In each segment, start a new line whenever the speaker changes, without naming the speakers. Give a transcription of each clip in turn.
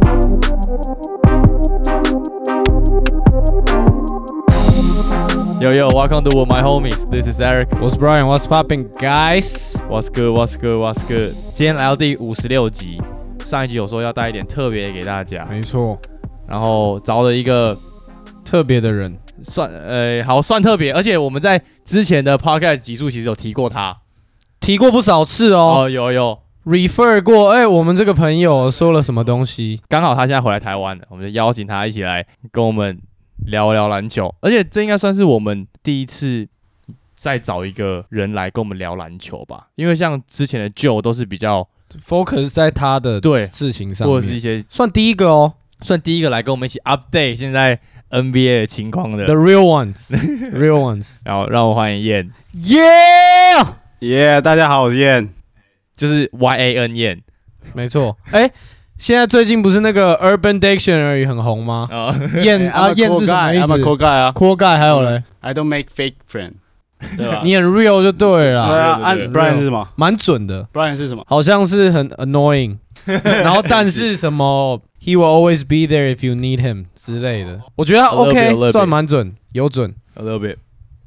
Yo yo, welcome to my homies. This is Eric.
我是 Brian，What's popping, guys？
What's good? What's good? What's good? 今天来到第五十六集，上一集有说要带一点特别的给大家，
没错，
然后找了一个
特别的人，
算呃好算特别，而且我们在之前的 podcast 集数其实有提过他
提过不少次哦
哦，有有，
，refer 过。哎、我们这个朋友说了什么东西？
刚好他现在回来台湾了，我们就邀请他一起来跟我们聊聊篮球，而且这应该算是我们第一次再找一个人来跟我们聊篮球吧，因为像之前的 Joe 都是比较
focus 在他的
对
事情上
或者是一
面，
些
算第一个哦
算第一个来跟我们一起 update 现在 NBA 的情况的
，the real ones，real ones，
然后让我欢迎燕，
yeah，
耶大家好，我是燕。
就是 Y A N 燕
没错。哎、现在最近不是那个 Urban Dictionary 很红 吗？
啊，
燕啊，
哎 I'm a
燕
cool
是什么
guy,
意
I'm a
思
cool guy 啊
锅盖还有嘞，
，I don't make fake friend，对吧？
你很 real 就对
啊
了
对
啦，
啊，
对
按
对对
Brian 是什么
蛮准的。
？Brian 是什么？
好像是很 annoying，然后但是什么 he will always be there if you need him 之类的，我觉得他
A little bit, a little
OK
bit
算蛮准，有准。
有特别，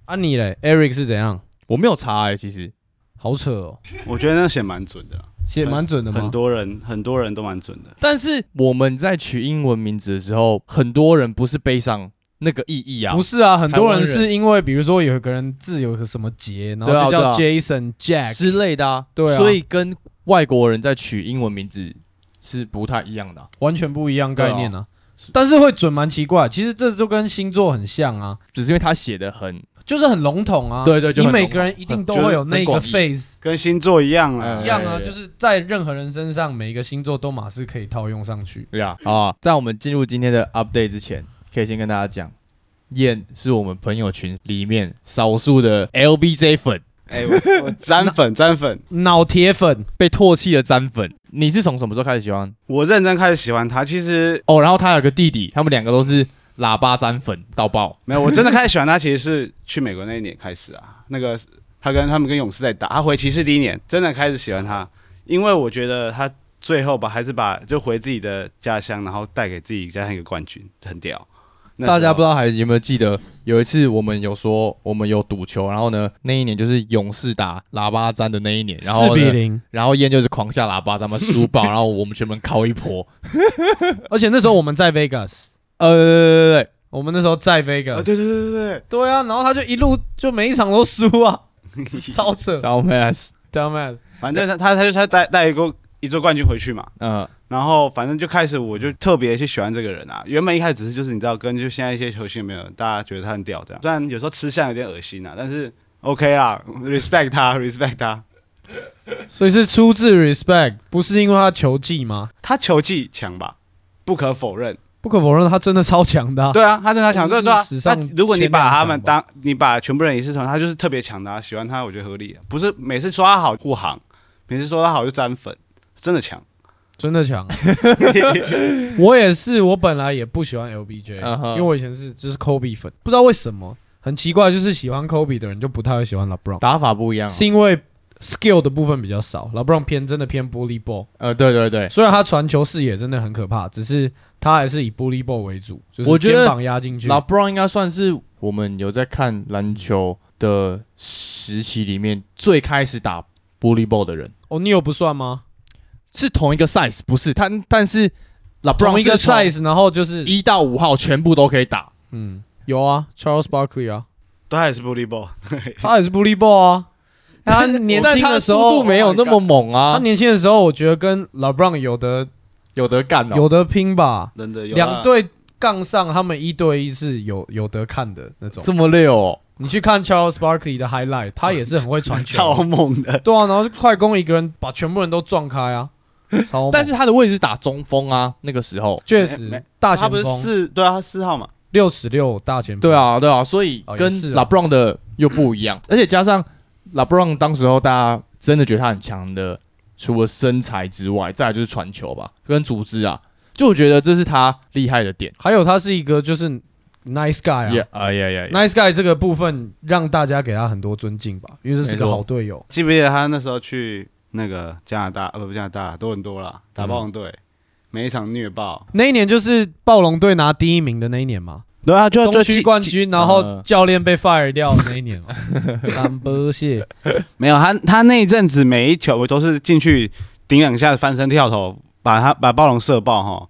啊你嘞，Eric 是怎样？
我没有查哎、其实
好扯哦，
我觉得那写蛮准的，
写蛮准的吗
很？多人很多人都蛮准的。
但是我们在取英文名字的时候，很多人不是背上那个意义啊，
不是啊，很多
台湾
人
人
是因为比如说有一个人字有个什么杰，然后
对啊
就叫
对
Jason Jack，
之类的啊，
对啊
所以跟外国人在取英文名字是不太一样的啊、
完全不一样概念啊。但是会准蛮奇怪，其实这就跟星座很像啊，
只是因为他写的很，
就是很笼统啊。
对对就
你
很笼
每个人一定
很
都
就是
会有
很
那个
广义
face，
跟星座一样
嗯
啦
一，样啊，
对
就是在任何人身上，每一个星座都马是可以套用上去。
对啊，好啊，在我们进入今天的 update 之前，可以先跟大家讲，燕是我们朋友群里面少数的 LBJ 粉，
哎，我 我沾粉沾粉，
脑铁粉，
被唾弃的沾粉。你是从什么时候开始喜欢
我认真开始喜欢他。其实
哦，然后他有个弟弟，他们两个都是喇叭沾粉到爆。
没有，我真的开始喜欢他，其实是去美国那一年开始啊。那个他跟他们跟勇士在打，他回骑士第一年，真的开始喜欢他，因为我觉得他最后吧，还是把就回自己的家乡，然后带给自己家乡一个冠军，很屌。那时候
大家不知道还有没有记得，有一次我们有说我们有赌球，然后呢那一年就是勇士打喇叭沾的那一年，然后
四比
呢
零。
然后燕就是狂下喇叭，咱们输爆，然后我们全部靠一波。
而且那时候我们在 Vegas，
呃，对
我们那时候在 Vegas，、
啊，对对对对对，
对啊，然后他就一路就每一场都输啊，超扯
对对，然后我们
，dumbass。
反正他他他就他带带一个一座冠军回去嘛，
嗯
然后反正就开始我就特别去喜欢这个人啊。原本一开始只是就是你知道跟就现在一些球星有没有，大家觉得他很屌这样，虽然有时候吃相有点恶心啊，但是 OK 啦，respect 他，respect 他。
所以是出自 respect，不是因为他球技吗？
他球技强吧，不可否认。
不可否认，他真的超强的啊、
对啊，他真的强，
这
对
是
对啊
史。上
他如果你把他们
前两
当你把全部人也视同他就是特别强的、啊，喜欢他我觉得合理、啊。不是每次说他好护航，每次说他好就沾粉，真 的强。
真的强。我也是，我本来也不喜欢 LBJ，、
嗯哼
因为我以前是就是 Kobe 粉，不知道为什么，很奇怪，就是喜欢 Kobe 的人就不太会喜欢 LeBron。
打法不一样啊。
是因为 skill 的部分比较少，LeBron 偏真的偏 bully ball，
呃，对对对，
虽然他传球视野真的很可怕，只是他还是以 bully ball 为主，就
我
是
觉得
肩膀压进去。
老 Brown 应该算是我们有在看篮球的时期里面最开始打 bully ball 的人，
哦，你有不算吗？
是同一个 size，不是他，但是老 Brown
同一个 size，然后就是
一到五号全部都可以打。
嗯，有啊，Charles Barkley 啊，
都还是 bully ball，
他也是 bully ball 啊。 他年
但
轻
他
的
的
时
速
候，Oh
度没有那么猛
他
啊，
年轻的时候，我觉得跟 LeBron 有的
有得干哦。
有的拼吧，
真的有啊
两队杠上，他们一对一是有有得看的那种。
这么溜、哦，
你去看 Charles Barkley 的 highlight，他也是很会传球，
超猛的。
对啊，然后就快攻一个人把全部人都撞开啊，超猛。
但是他的位置是打中锋啊，那个时候。
确
没
实
没
大前
他不是
锋
四对啊，他四号嘛。
六十六大前锋，
对，啊，对啊，所以
哦也
跟
是
老
啊
Brown 的又不一样， 而且加上老 Brown 当时候大家真的觉得他很强的，除了身材之外，再来就是传球吧，跟组织啊，就我觉得这是他厉害的点。
还有他是一个就是 nice guy 啊
Yeah，啊呀呀呀，
Nice Guy 这个部分让大家给他很多尊敬吧，因为这是
没
个
错
好队友。
记不记得他那时候去那个加拿大，呃，不不加拿大，多伦多啦，
嗯
打暴龙队，每一场虐爆。
那一年就是暴龙队拿第一名的那一年嘛，
对啊，就
东
就
区
记
冠
记
军，然
呃
后教练被 fire 掉的那一年嘛， 三波蟹
没有他，他那一阵子每一球我都是进去顶两下翻身跳投，把他把暴龙射爆哈。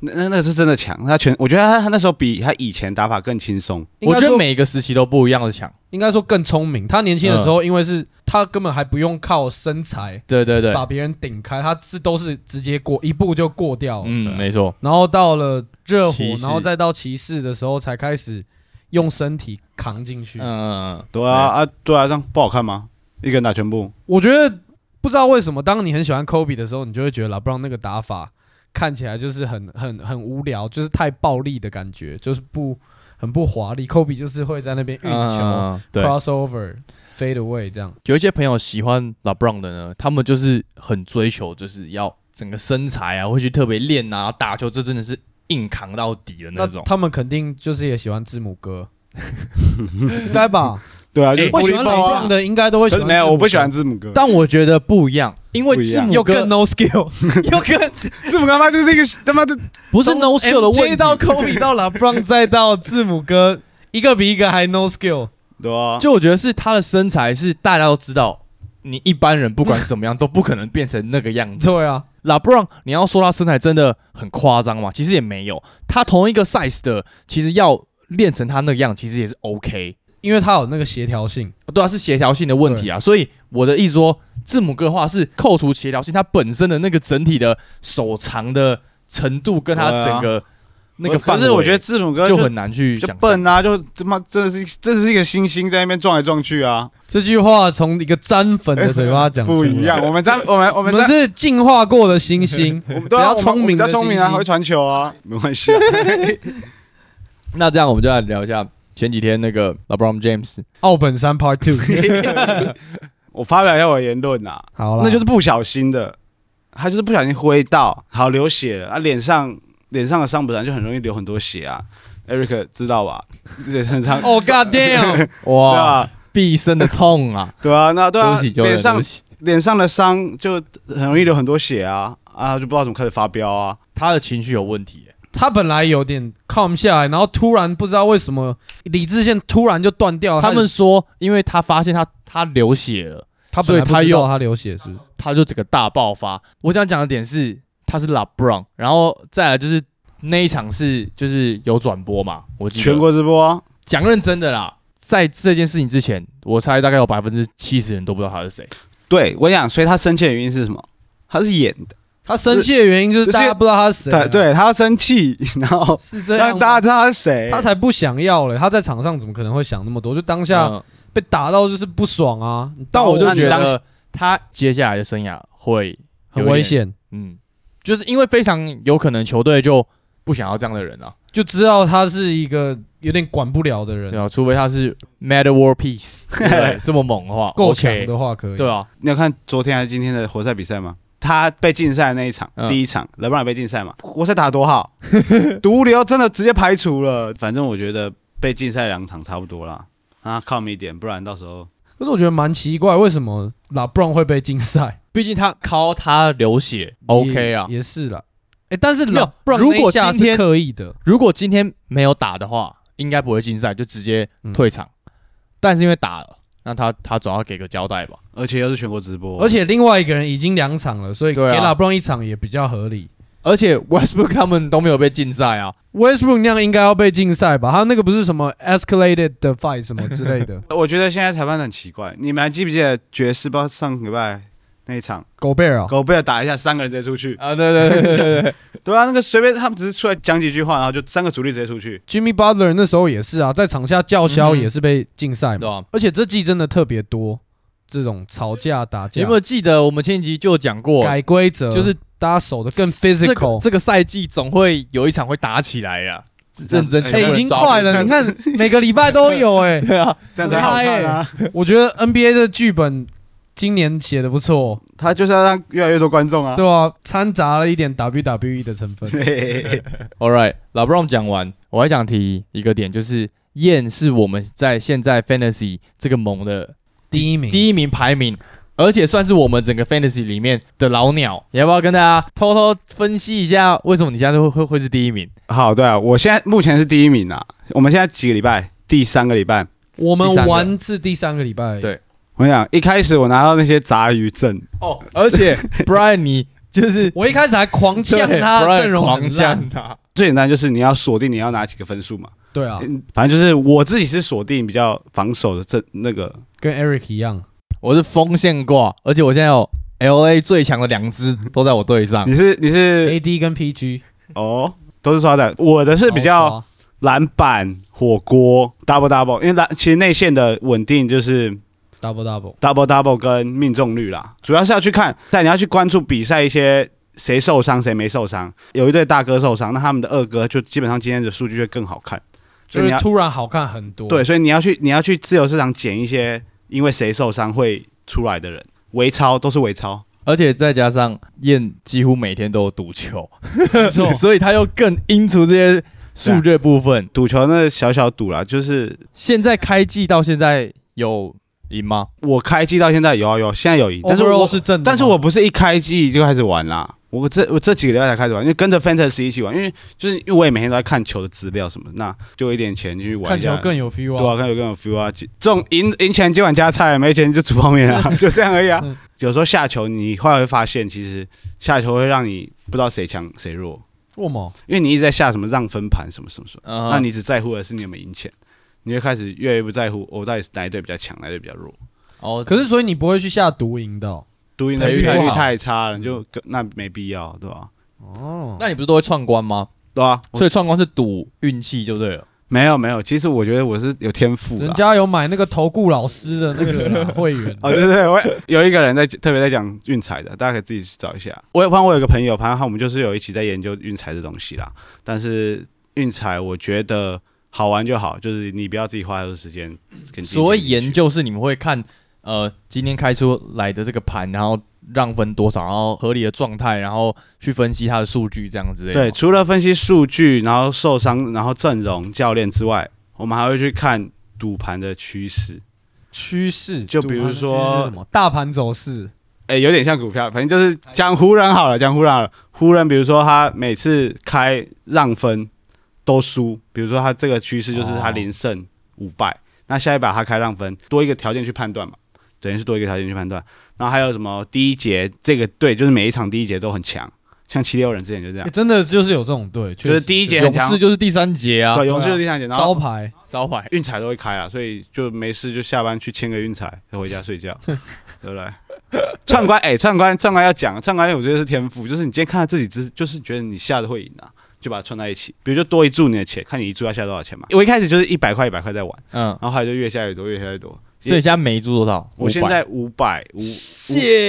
那那那个是真的强，他全我觉得他他那时候比他以前打法更轻松。
应
我
该
觉得
说
每个时期都不一样的强。
应该说更聪明。他年轻的时
嗯
候，因为是他根本还不用靠身材
对对对，
把别人顶开，他是都是直接过一步就过掉了。啊
嗯，没错，
然后到了热火
骑，士
然后再到骑士的时候，才开始用身体扛进去。
嗯，嗯
对啊啊，对啊，这样不好看吗？一个人打全部，
我觉得不知道为什么，当你很喜欢 Kobe 的时候，你就会觉得 LeBron 那个打法看起来就是很很很无聊，就是太暴力的感觉，就是不很不华丽。Kobe 就是会在那边运
嗯，
球、
嗯嗯对，
crossover、fade away 这样。
有一些朋友喜欢 LeBron 的呢，他们就是很追求，就是要整个身材啊，会去特别练啊，打球这真的是硬扛到底的
那
那种。
他们肯定就是也喜欢字母哥， 应该吧？
对啊，就是
会喜欢
布林
老
鲍啊
将的，应该都会喜
可是
欢。
没有，我不喜欢。字母哥。
但我觉得不一样，因为
不一
字
样
母
又
哥
更 no skill，又 更
字母他妈就是一个他妈的，
不是 no skill 的
MJ
问
到
题，
Kobe 到 LeBron 再到字母哥，一个比一个还 no skill。
对啊，
就我觉得是他的身材是大家都知道，你一般人不管怎么样都不可能变成那个样 子。
对啊，
LeBron，你要说他身材真的很夸张嘛？其实也没有，他同一个 size 的，其实要练成他那个样，其实也是 OK。
因为他有那个协调性。
对啊，是协调性的问题啊。所以我的意思说，字母哥的话是扣除协调性，它本身的那个整体的手长的程度跟它
对啊
整个那个
可
范围，
是我觉得字母哥
就很难去
就
想象
笨啊，就他妈真的是真的是一个星星在那边撞来撞去啊，
这句话从一个沾粉的嘴巴讲出来
哎不一样。。我们在我们我
我
们
们
在
是进化过的星星，
我们
比
都
较
要
聪明
比
的
较
星
聪明啊，还会
星。
传球啊，没关系啊。
那这样我们就来聊一下前几天那个 LeBron James，
奥本山 Part Two，
我发表一下我的言论啊，
好了，
那就是不小心的，他就是不小心挥到，好流血了啊，脸上脸上的伤本来就很容易流很多血啊。Eric 知道吧？ 脸上
哦 God damn，
对
哇，
啊，
毕生的痛啊！
对啊， 那对
对
啊
不起，，就
脸上
起，
脸上的伤就很容易流很多血啊啊，就不知道怎么开始发飙啊。
他的情绪有问题耶、
他本来有点 calm 下来，然后突然不知道为什么理智线突然就断
哦
掉了。
他们说，因为他发现他他流血了，
他
所
本来
以他
不知道
又
他流血是不是？
他就整个大爆发。我想讲的点是，他是 LeBron，然后再来就是那一场是就是有转播嘛，我记得
全国直播啊，
讲认真的啦。在这件事情之前，我猜大概有百分之七十人都不知道他是谁。
对我跟你讲，所以他生气的原因是什么？他是演的，
他生气的原因就是
就是
大家不知道他是谁啊，
对对，他生气， 然后
是这样
让
吗。
大家知道他是
哎
谁。
啊他才不想要嘞，他在场上怎么可能会想那么多？就当下
嗯
被打到就是不爽啊，你打
但我就
那你
觉
当
得他接下来的生涯会
很
有
危
点，
险，
嗯，就是因为非常有可能球队就不想要这样的人啊，
就知道他是一个有点管不了的人
对。啊，除非他是 Mad War Peace 对不对这么猛的话，
够
OK，
强的话可以。
对啊，
你有看昨天还是今天的活塞比赛吗？他被禁赛的那一场，
嗯
第一场，勒布朗也被禁赛嘛，活塞打得多好， 毒瘤真的直接排除了。反正我觉得被禁赛两场差不多啦，啊，靠我们一点，不然到时候
可是我觉得蛮奇怪，为什么 LeBron 会被禁赛
毕竟他靠他流血，OK 啊。
也也是啦。哎，但是
没有
LeBron
如果
那一下
今天
是刻意的，
如果今天没有打的话，应该不会禁赛，就直接退场。但是因为打了，那他他总要给个交代吧？
而且又是全国直播，
而且另外一个人已经两场了，所以给
对啊
LeBron 一场也比较合理。
而且 Westbrook 他们都没有被禁赛啊，
Westbrook 那样应该要被禁赛吧？他那个不是什么 escalated the fight 什么之类的，
我觉得现在裁判很奇怪，你们还记不记得爵士包上礼拜那一场，
狗贝尔啊
狗贝尔打一下，三个人直接出去，
啊，对对对对对对，
对啊，那个随便他们只是出来讲几句话，然后就三个主力直接出去，
Jimmy Butler 那时候也是啊，在场下叫嚣
嗯哼
也是被禁赛嘛。
对啊。
而且这季真的特别多这种吵架打
你
架
有没，有记得我们前几集就有讲过，
改规则
就是
大家守的更
这个
physical。
这个赛季总会有一场会打起来呀，认真
这
全
哎，
部
个
已
人
经
抓
快
回去
了，你看 每个礼拜都有哎、
对啊，
哎
这样才好看啊。
我觉得 NBA 的剧本今年写的不错，
他就是要让越来越多观众啊。
对啊，掺杂了一点 WWE 的成分。
对，
All right，老布让我们讲完，我还想提一个点，就是燕是我们在现在 Fantasy 这个盟的
第一名，
第一名排名，而且算是我们整个 Fantasy 里面的老鸟。你要不要跟大家偷偷分析一下，为什么你现在会会会是第一名？
好，对啊，我现在目前是第一名啊。我们现在几个礼拜？第三个礼拜。
我们
第三个
玩至第三个礼拜，
对
我想一开始我拿到那些杂鱼证，
哦，而且 Brian 你就是
我一开始还狂呛
对
他
Brian
阵容很
狂
烂，
向他，
最简单就是你要锁定你要拿几个分数嘛。
对啊，
嗯反正就是我自己是锁定比较防守的这那个
跟 Eric 一样，
我是锋线挂，而且我现在有 L A 最强的两支都在我队上
你是你是
AD 跟 PG
哦，都是刷的。我的是比较
哦好刷
篮板、火锅、double double，因为篮其实内线的稳定就是
double double，
double double 跟命中率啦，主要是要去看，但你要去关注比赛一些谁受伤谁没受伤。有一对大哥受伤，那他们的二哥就基本上今天的数据会更好看，
就
所以你
是
要
突然好看很多。
对，，所以你要去你要去自由市场捡一些因为谁受伤会出来的人，围超都是围超。
而且再加上燕几乎每天都有赌球，，
没错
所以他又更阴出这些数据的部分。
赌球那小小赌啦，就是
现在开季到现在有赢吗？
我开机到现在有啊有，现在有赢，但是
Overall
我
是正的吗，
但是我不是一开机就开始玩啦，我这我这几个礼拜才开始玩，因为跟着 Fantasy 一起玩，因为就是因为我也每天都在看球的资料什么，那就有一点钱去玩
看
一
起
下
来。更有 feel
对
啊。
啊，看有更有 feel 啊！这种赢赢钱今晚加菜，啊没钱就煮泡面啊，就这样而已啊
嗯。
有时候下球，你后来会发现，其实下球会让你不知道谁强谁弱，
我嘛，
因为你一直在下什么让分盘什么什么什么，
呃
啊
那你只在乎的是你有没有赢钱，你会开始越来越不在乎我到底是哪一队比较强，哪一队比较弱。
哦，
可是所以你不会去下毒赢的哦。
读音的
培育
培
不
育
好
太差了，你就跟那没必要，对吧？
哦
那你不是都会创关吗？
对啊，
所以创关是赌运气就对了。
没有没有，其实我觉得我是有天赋
人
的。
家有买那个投顾老师的那个 啦会员，
哦，对对对，我 有一个人在特别在讲运彩的，大家可以自己去找一下。我有，反正我有个朋友，反正他我们就是有一起在研究运彩的东西啦。但是运彩我觉得好玩就好，就是你不要自己花太多时间跟。
所谓研，究是你们会看呃今天开出来的这个盘，然后让分多少，然后合理的状态，然后去分析它的数据这样之类的。
对，，除了分析数据，然后受伤，然后阵容、教练之外，我们还会去看赌盘的趋势。
趋势
就比如说
赌盘的趋势是什么大盘走势，
哎、有点像股票，反正就是讲湖人好了，讲湖人好了。湖人比如说他每次开让分都输，比如说他这个趋势就是他零胜五败，那下一把他开让分，多一个条件去判断嘛，等于是多一个条件去判断。然后还有什么第一节这个队就是每一场第一节都很强，像七六人之前就这样
诶，欸真的就是有这种对，
就是第一
节
节很
勇
强
士，就是第三节啊，
对，勇士就是第三节，然
招
后
牌，
招牌。
运彩都会开啊，所以就没事就下班去签个运彩，再回家睡觉， 对不对？唱官，哎、唱官，唱官要讲，唱官我觉得是天赋，就是你今天看到自己只就是觉得你下的会赢啊，就把它串在一起，比如就多一注你的钱，看你一注要下多少钱嘛。我一开始就是一百块一百块在玩，
嗯，
然后后来就越下越多，越下越多。
所以现在每一注多少？
我现
500
在五百五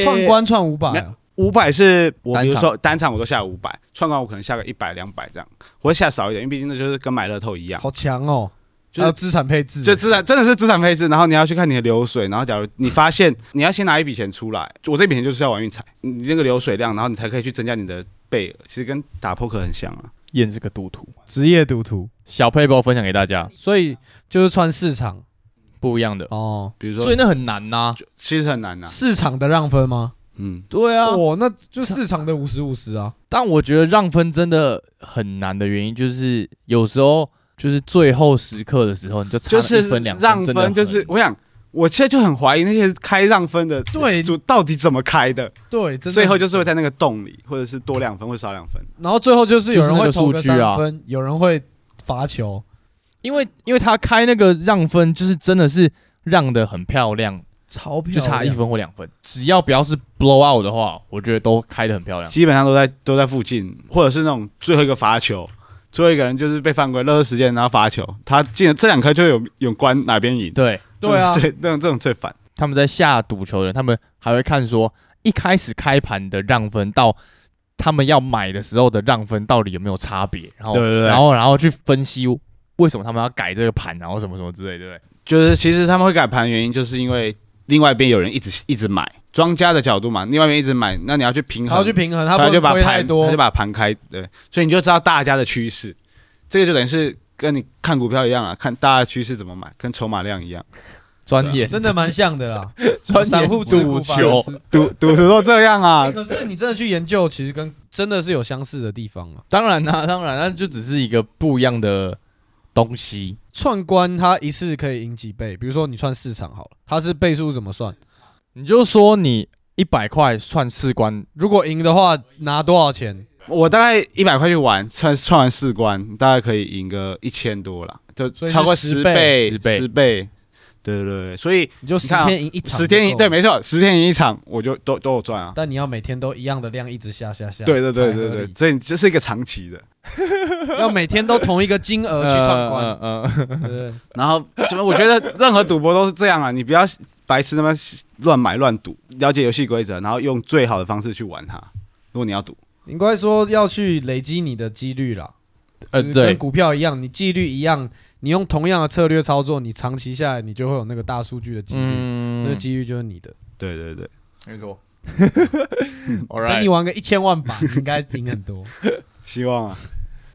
串关串五百啊，
五百是我比如
单场
说单场我都下五百，串官我可能下个一百两百这样，我会下少一点，因为毕竟那就是跟买乐透一样。
好强哦，
就是
还有资产配置，
就资产真的是资产配置，然后你要去看你的流水，然后假如你发现你要先拿一笔钱出来，我这笔钱就是要玩运彩，你那个流水量，然后你才可以去增加你的倍额，其实跟打扑克很像啊。
验是个赌徒。
职业赌徒，
小 paper 分享给大家，
所以就是穿市场
不一样的，
哦，
比如
所以
说，
那很难呐。
其实很难啊呐、
市场的让分吗？
嗯，
对啊，
哦，那就市场的五十五十啊，
但我觉得让分真的很难的原因，就是有时候就是最后时刻的时候，你就差
就
了
是
一分两
让
真的
分，
很
就是我想，我现在就很怀疑那些开让分的
对
主到底怎么开的，
对，真的
最后就是会在那个洞里，或者是多两分或少两分。
然后最后就是有人
就
会投
是那个数据啊
三分，有人会罚球，
因为因为他开那个让分，就是真的是让的很漂亮，
钞票
就差一，分或两分，只要不要是 blow out 的话，我觉得都开的很漂亮。
基本上都在都在附近，或者是那种最后一个罚球，最后一个人就是被犯规，热时间然后罚球，他进了这两颗就有有关哪边赢。
对，
对啊，
最那种这种最烦。
他们在下赌球的人，他们还会看说一开始开盘的让分到他们要买的时候的让分到底有没有差别，然后
哦
对对对
然后然后去分析为什么他们要改这个盘，然后什么什么之类，对不对？
就是其实他们会改盘的原因，就是因为另外一边有人一直一直买，庄家的角度嘛，另外一边一直买，那你要去平
他
衡
要去，平衡，他不
他就
能
把
亏太
盘
多
他就。把盘开，对，所以你就知道大家的趋势，这个就等于是跟你看股票一样啊，看大家趋势怎么买，跟筹码量一样。
专业
真的蛮像的 啦，
专
散
业
户持股
赌
法
球，
赌赌徒都这样啊
欸，可是你真的去研究，其实跟真的是有相似的地方啊。
当然啦、当然，那就只是一个不一样的东西。
串关它一次可以赢几倍？比如说你串市场好了，它是倍数怎么算？
你就说你一百块串四关，
如果赢的话拿多少钱？
我大概一百块去玩，串串完四关，大概可以赢个一千多啦，就
所以是
超过
10
倍，
10倍
十倍，对对对，所以
你就十
你看啊
天赢一场，
十天赢，对，。没错，十天赢一场，我就都都有赚啊。
但你要每天都一样的量一直下下下，
对对对
啊才
对
合
对
理，
所以这是一个长期的。
要每天都同一个金呃额去串
呃
嗯
关，
嗯嗯
对不对？
然后怎么？我觉得任何赌博都是这样啊，你不要白痴他妈乱买乱赌，了解游戏规则，然后用最好的方式去玩它。如果你要赌，
应该说要去累积你的几率啦，
呃
就是
对
跟股票一样，你纪律一样，你用同样的策略操作，你长期下来你就会有那个大数据的几率，那个
嗯，
几率就是你的。
对对对，
没 错。
等你
Alright，
玩个一千万把，你应该赢很 多。
希望啊，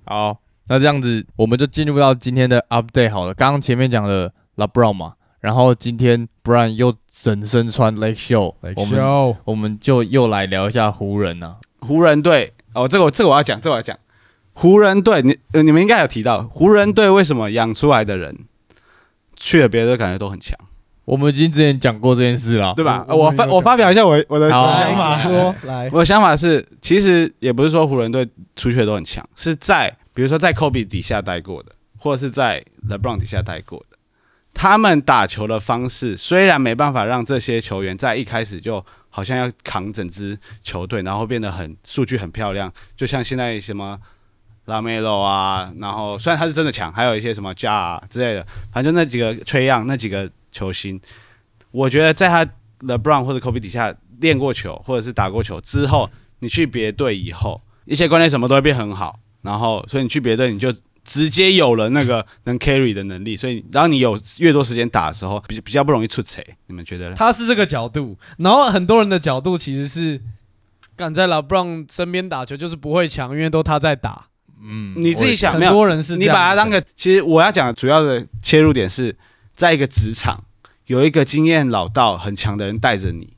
好，那这样子我们就进入到今天的 update 好了。刚刚前面讲了 LeBron 嘛，然后今天 Brian 又整身穿 Lake Show，我们
秀，
我们就又来聊一下湖人啊。
湖人队哦，这个我这个我要讲，这个我要讲。湖人队，你呃你们应该有提到，湖人队为什么养出来的人去了别的队感觉都很强，
我们已经之前讲过这件事了，
对吧？
我
呃我
我们
发
有
我
讲
发表一下我我的
好
想
来
法
请。说来，
我的想法是，其实也不是说湖人队出去都很强，是在比如说在 Kobe 底下待过的，或者是在 LeBron 底下待过的，他们打球的方式虽然没办法让这些球员在一开始就好像要扛整支球队，然后变得很数据很漂亮，就像现在什么。拉梅洛啊，然后虽然他是真的强，还有一些什么加啊之类的，反正就那几个吹样那几个球星，我觉得在他 LeBron 或者 Kobe 底下练过球或者是打过球之后，你去别队以后，一些观念什么都会变很好，然后所以你去别队你就直接有了那个能 carry 的能力，所以当你有越多时间打的时候，比比较不容易出贼，你们觉得呢？
他是这个角度，然后很多人的角度其实是敢在 LeBron 身边打球，就是不会强，因为都他在打。
嗯，
你自己想
很
没有
多人是这
你
样
把它当
想
个，其实我要讲的主要的切入点是在一个职场，有一个经验老道很强的人带着你，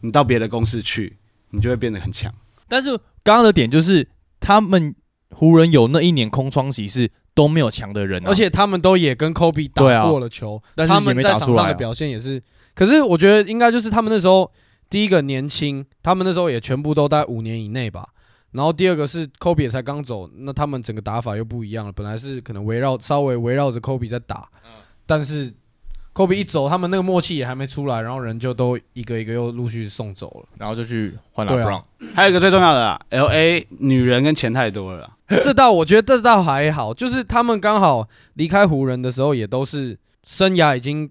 你到别的公司去，你就会变得很强。
但是刚刚的点就是，他们湖人有那一年空窗期是都没有强的人、啊，
而且他们都也跟 Kobe
对啊
打过了球，
但是
他
也
们
没
在
打
场
出来
上的
啊
表现也是。可是我觉得应该就是他们那时候，第一个年轻，他们那时候也全部都在五年以内吧。然后第二个是 Kobe 也才刚走，那他们整个打法又不一样了，本来是可能围绕稍微围绕
嗯
着 Kobe 在打，但是 Kobe 一走，他们那个默契也还没出来，然后人就都一个一个又陆续送走了。
然后就去换
对
LeBron，、
啊
还有一个最重要的啦，L A 女人跟钱太多了啊啦，
这倒我觉得这倒还好，就是他们刚好离开湖人的时候，也都是生涯已经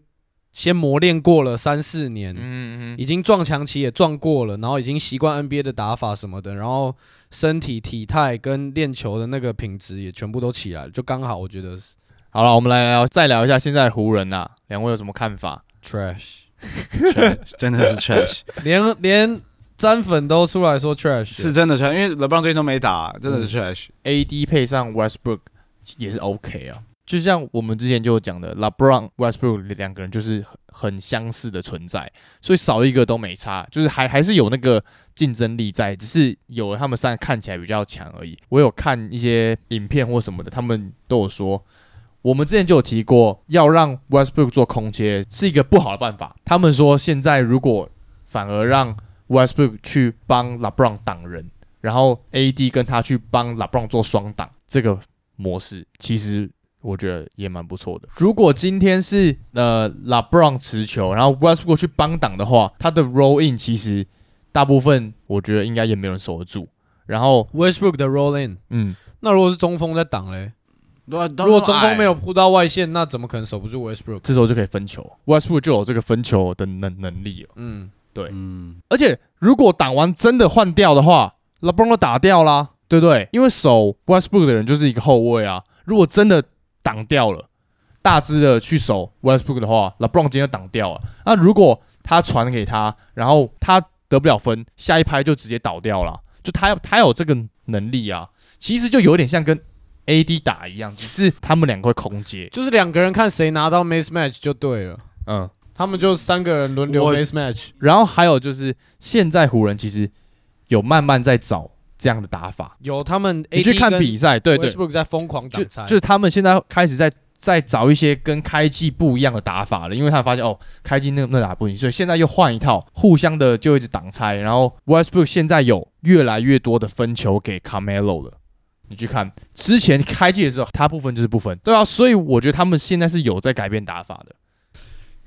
先磨练过了三四年，
嗯
已经撞墙期也撞过了，然后已经习惯 NBA 的打法什么的，然后身体体态跟练球的那个品质也全部都起来了，就刚好我觉得是
好了，我们来聊再聊一下现在的湖人啊，两位有什么看法？
trash，
trash，真的是 trash。
连连詹粉都出来说 trash，
是嗯真的 trash，因为 LeBron 最近都没打、啊真的是 trash。
AD 配上 Westbrook 也是 OK 啊，就像我们之前就有讲的，LeBron、Westbrook 两个人就是很很相似的存在，所以少一个都没差，就是还还是有那个竞争力在，只是有了他们三个看起来比较强而已。我有看一些影片或什么的，他们都有说。我们之前就有提过，要让 Westbrook 做空切是一个不好的办法。他们说，现在如果反而让 Westbrook 去帮 LeBron 挡人，然后 AD 跟他去帮 LeBron 做双挡，这个模式其实我觉得也蛮不错的。如果今天是呃 LeBron 持球，然后 Westbrook 去帮挡的话，他的 roll in 其实大部分我觉得应该也没有人守得住。然后
Westbrook 的 roll in，
嗯，
那如果是中锋在挡嘞，
如果
如果中锋没有扑到外线，那怎么可能守不住 Westbrook？
这时候就可以分球，Westbrook 就有这个分球的能能力了。
嗯，
嗯，
而且如果挡完真的换掉的话，LeBron 都打掉啦，对不对？因为守 Westbrook 的人就是一个后卫啊。如果真的挡掉了，大只的去守 Westbrook 的话，LeBron 今天就挡掉了。那如果他传给他，然后他得不了分，下一拍就直接倒掉了。就他他有这个能力啊，其实就有点像跟 AD 打一样，只是他们两个会空接。
就是两个人看谁拿到 mismatch 就对了，
嗯，
他们就三个人轮流
我
mismatch。
然后还有就是现在湖人其实有慢慢在找这样的打法。
有他们 AD
你去看
跟
比赛，对对，
Westbrook 在疯狂
就
挡拆，
就是他们现在开始在在找一些跟开季不一样的打法了，因为他发现哦，开季那那打不赢，所以现在又换一套，互相的就一直挡拆。然后 Westbrook 现在有越来越多的分球给 Carmelo 了。你去看之前开季的时候，他不分就是不分，对啊，所以我觉得他们现在是有在改变打法的。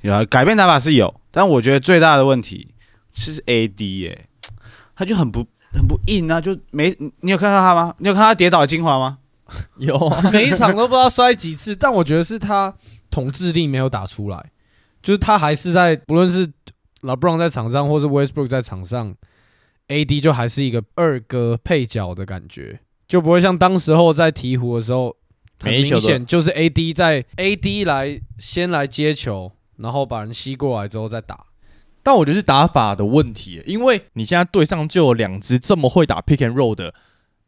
有啊，改变打法是有，但我觉得最大的问题是 AD 耶、他就很不很不硬啊，就没你你有看到他吗？你有看到他跌倒的精华吗？
有啊，
每一场都不知道摔几次，但我觉得是他统治力没有打出来，就是他还是在不论是 LeBron 在场上，或是 Westbrook 在场上，AD 就还是一个二哥配角的感觉，就不会像当时候在鹈鹕的时候，很
每一球
明
都
显就是 AD 在 AD 来先来接球，然后把人吸过来之后再打。
但我觉得是打法的问题，因为你现在队上就有两支这么会打 pick and roll 的，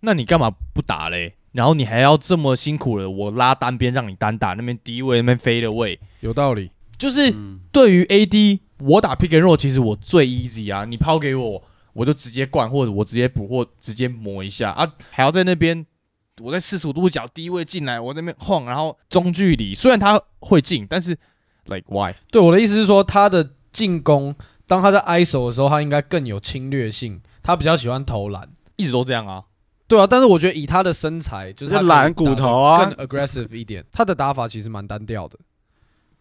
那你干嘛不打嘞？然后你还要这么辛苦的，我拉单边让你单打，那边低位那边飞的位，
有道理，
就是
嗯，
对于 AD，我打 pick and roll 其实我最 easy 啊，你抛给我，我就直接灌，或者我直接补，或直接磨一下啊，还要在那边我在四十五度角低位进来，我在那边晃，然后中距离虽然他会进，但是 like why？
对我的意思是说，他的进攻当他在 ISO 的时候，他应该更有侵略性，他比较喜欢投篮。
一直都这样啊，
对啊，但是我觉得以他的身材，就是他
就懒骨头啊
更 aggressive 一点。他的打法其实蛮单调的，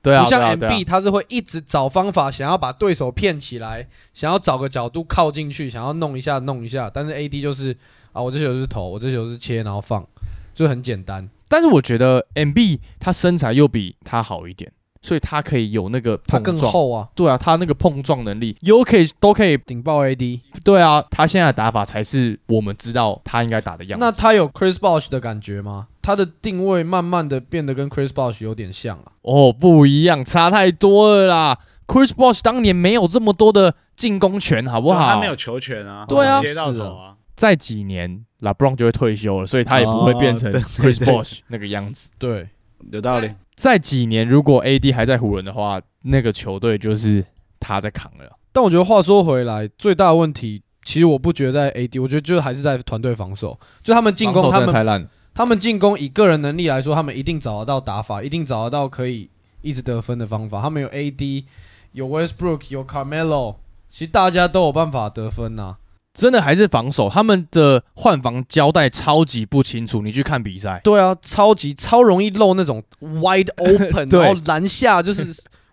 对啊，
不像
对啊
M
对啊
B，他是会一直找方法，想要把对手骗起来，想要找个角度靠进去，想要弄一下弄一下。但是 A D 就是啊，我这球是投，我这球是切，然后放，就很简单。
但是我觉得 M B 他身材又比他好一点，所以他可以有那个
他
碰
更
撞。
厚啊，
对啊，他那个碰撞能力有可以都可以。
顶爆 A D。
对啊，他现在的打法才是我们知道他应该打的样子。
那他有 Chris Bosh 的感觉吗？他的定位慢慢的变得跟 Chris Bosh 有点像啊。
哦，不一样，差太多了啦。Chris Bosh 当年没有这么多的进攻权，好不好？
他没有球权啊，
对啊
接到头啊，
在几年 LeBron 就会退休了，所以他也不会变成
哦对
Chris Bosh 那个样子。
对，
有道
哎
理。
在几年，如果 AD 还在湖人的话，那个球队就是他在扛了。
但我觉得话说回来，最大的问题其实我不觉得在 AD，我觉得就还是在团队防守，就他们进
防
攻，
守真
他
的
们
太烂了。
他们进攻以个人能力来说，他们一定找得到打法，一定找得到可以一直得分的方法。他们有 AD，有 Westbrook，有 Carmelo，其实大家都有办法得分呐、啊
真的还是防守，他们的换防交代超级不清楚。你去看比赛，
对啊，超级超容易漏那种 wide open，
对
然后篮下 就是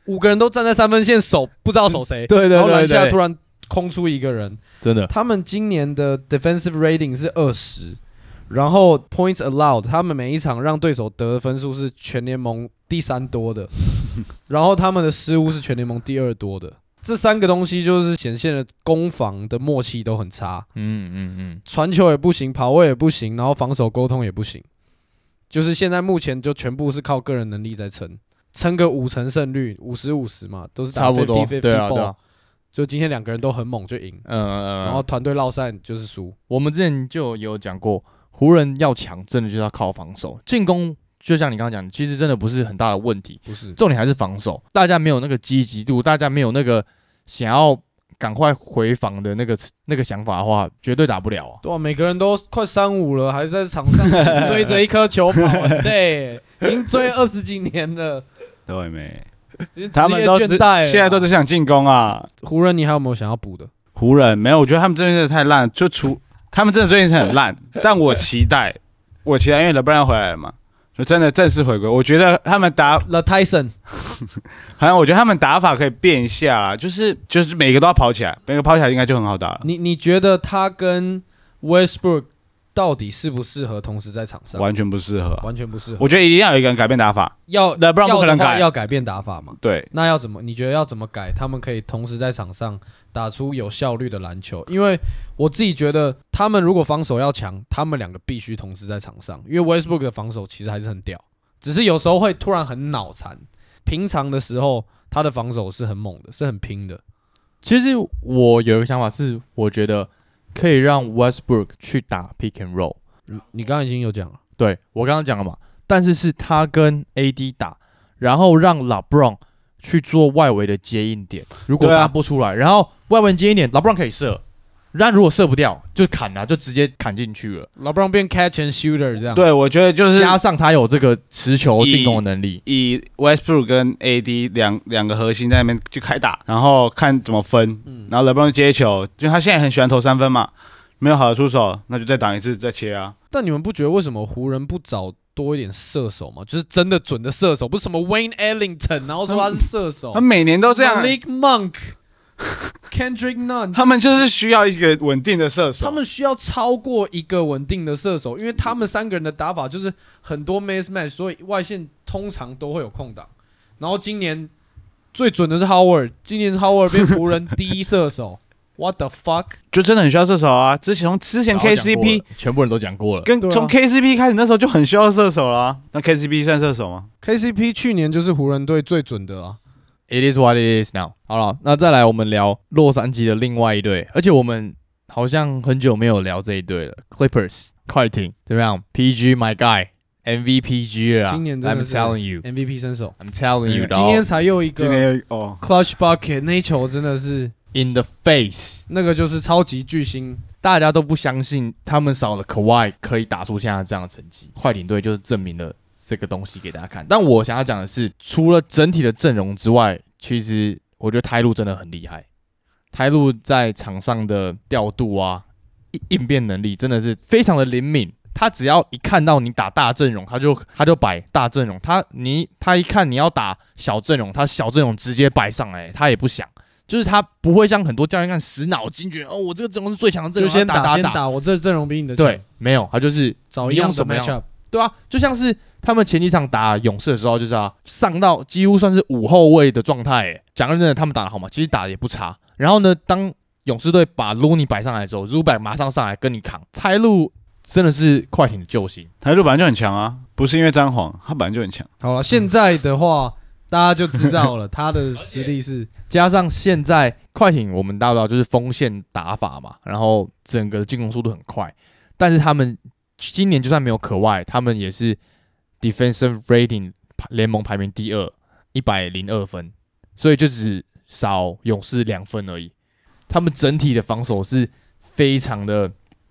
五个人都站在三分线守，不知道守谁，
对
然后篮下突然空出一个人。
真的
他们今年的 defensive rating 是二十，然后 points allowed，他们每一场让对手得的分数是全联盟第三 多的，然后他们的失误是全联盟第二多的。这三个东西就是显现了攻防的默契都很差，
嗯嗯嗯，
传球也不行，跑位也不行，然后防守沟通也不行，就是现在目前就全部是靠个人能力在撑，撑个五成胜率，五十五十嘛，都是打
差不多，
50-50
对啊对
ball，
啊，
就今天两个人都很猛就赢，
嗯嗯。
然后团队落散就是输。
我们之前就有讲过，湖人要强，真的就是要靠防守，进攻就像你刚刚讲，其实真的不是很大的问题，
不是，
重点还是防守。大家没有那个积极度，大家没有那个想要赶快回防的那个那个想法的话，绝对打不了啊。
对啊，每个人都快三五了，还在场上追着一颗球跑，很 累，已经追二十几年了，
对没？
直接职
他们
业
都
倦
只
怠啊了。
现在都只想进攻啊。
湖人，你还有没有想要补的？
湖人没有，我觉得他们真的是太烂，就除他们真的最近是 很烂，但我期待，我期待，因为 LeBron 回来了嘛，就真的正式回归。我觉得他们打
了 Tyson，
好像我觉得他们打法可以变一下啦，就是就是每个都要跑起来，每个跑起来应该就很好打了。
你你觉得他跟 Westbrook 到底适不适合同时在场上？
完全不适合啊、
完全不适合。
我觉得一定要有一个人改变打法，
要
那不然不
要
可能
的话
改
要改变打法嘛？
对，
那要怎么？你觉得要怎么改？他们可以同时在场上打出有效率的篮球，因为我自己觉得，他们如果防守要强，他们两个必须同时在场上。因为 Westbrook 的防守其实还是很屌，只是有时候会突然很脑残。平常的时候，他的防守是很猛的，是很拼的。
其实我有一个想法是，我觉得可以让 Westbrook 去打 pick and roll。
你你刚刚已经有讲了，
对我刚刚讲了嘛，但是是他跟 AD 打，然后让 LeBron 去做外围的接应点，如果
对啊
打不出来，然后外围接应点 LeBron 可以射，但如果射不掉就砍啊，就直接砍进去了。
老布朗变 catch and shooter 这样。，
对，我觉得就是
加上他有这个持球进攻的能力，
以 Westbrook 跟 AD 两两个核心在那边去开打，然后看怎么分，
嗯
然后 LeBron 接球，就他现在很喜欢投三分嘛，没有好的出手，那就再挡一次再切啊。
但你们不觉得为什么湖人不找多一点射手吗？就是真的准的射手，不是什么 Wayne Ellington，然后说他是射手
他，每年都这样，
Malik Monk、Kendrick Nunn，
他们就是需要一个稳定的射手。
他们需要超过一个稳定的射手，因为他们三个人的打法就是很多 mismatch，所以外线通常都会有空档。然后今年最准的是 Howard，今年 Howard 变湖人第一射 手，What the fuck？
就真的很需要射手啊。之前从之前
然后讲过
KCP
了全部人都讲过了，
跟
对啊
从 KCP 开始，那时候就很需要射手啦。那 KCP 算射手吗？
KCP 去年就是湖人队最准的啊，
It is what it is now。好了，那再来我们聊洛杉矶的另外一队，而且我们好像很久没有聊这一队了。Clippers 快艇怎么样？PG my guy MVPG 了啊
今年真
，I'm
的是
telling you。
MVP 身手。
I'm telling you，
嗯
然
今
后
天才又一
今
个
年哦，
clutch bucket 那一球真的是，
in the face，
那个就是超级巨星，
大家都不相信他们少了 Kawhi 可以打出现在这样的成绩。快艇队就是证明了这个东西给大家看。但我想要讲的是，除了整体的阵容之外，其实我觉得泰路真的很厉害。泰路在场上的调度啊，应应变能力真的是非常的灵敏。他只要一看到你打大阵容，他就他就摆大阵容。他你他一看你要打小阵容，他小阵容直接摆上来，他也不想。就是他不会像很多教练看死脑筋，觉得哦我这个阵容是最强的阵
就
容，
先
打
先
打。
打，我这阵容比你的强
对，，没有，他就是
找
你
一样
用
的
什么
match
样
up。
对啊，就像是他们前几场打勇士的时候，就是啊，上到几乎算是五后卫的状态欸。讲认真的，他们打的好嘛，其实打的也不差。然后呢，当勇士队把 l u n y 摆上来的时候 r u b a 马上上来跟你扛，拆路真的是快艇的救星。
台柱本来就很强啊，不是因为张皇，他本来就很强。
好了，现在的话，大家就知道了，他的实力是
加上现在快艇，我们大家都知道就是锋线打法嘛，然后整个进攻速度很快，但是他们今年就算没有可外，他们也是 defensive rating 排联盟排名第二，一百零二分，所以就只少勇士两分而已。他们整体的防守是非常的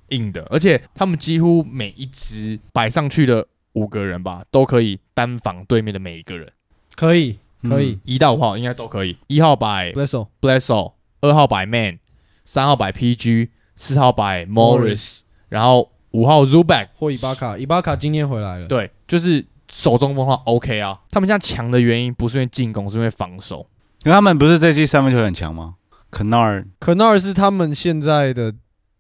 硬的，而且他们几乎每一支摆上去的五个人吧，都可以单防对面的每一个人，
可以可
嗯
以。
一到五号应该都可以，一号摆
b l e s o
Blesso，二号摆 Man，三号摆 PG，四号摆 Morris，然后五号 Zuback，
或伊巴卡，伊巴卡今天回来了。
对，就是守中锋的话 OK 啊。他们现在强的原因不是因为进攻，是因为防守。
因为他们不是这季三分球很强吗 k a n a r
可纳尔是他们现在的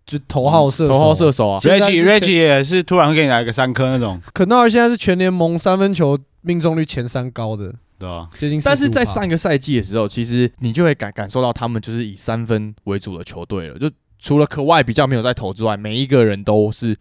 就嗯头号射手，
头号射手
哦
啊，
现在是
Reggie
全
Reggie 也是突然会给你来个三颗那种，
可纳尔现在是全联盟三分球命中率前三高的，
对吧？
接近45%。
但是在上一个赛季的时候，其实你就会感感受到他们就是以三分为主的球队了。就除了科外比较没有在投之外，每一个人都是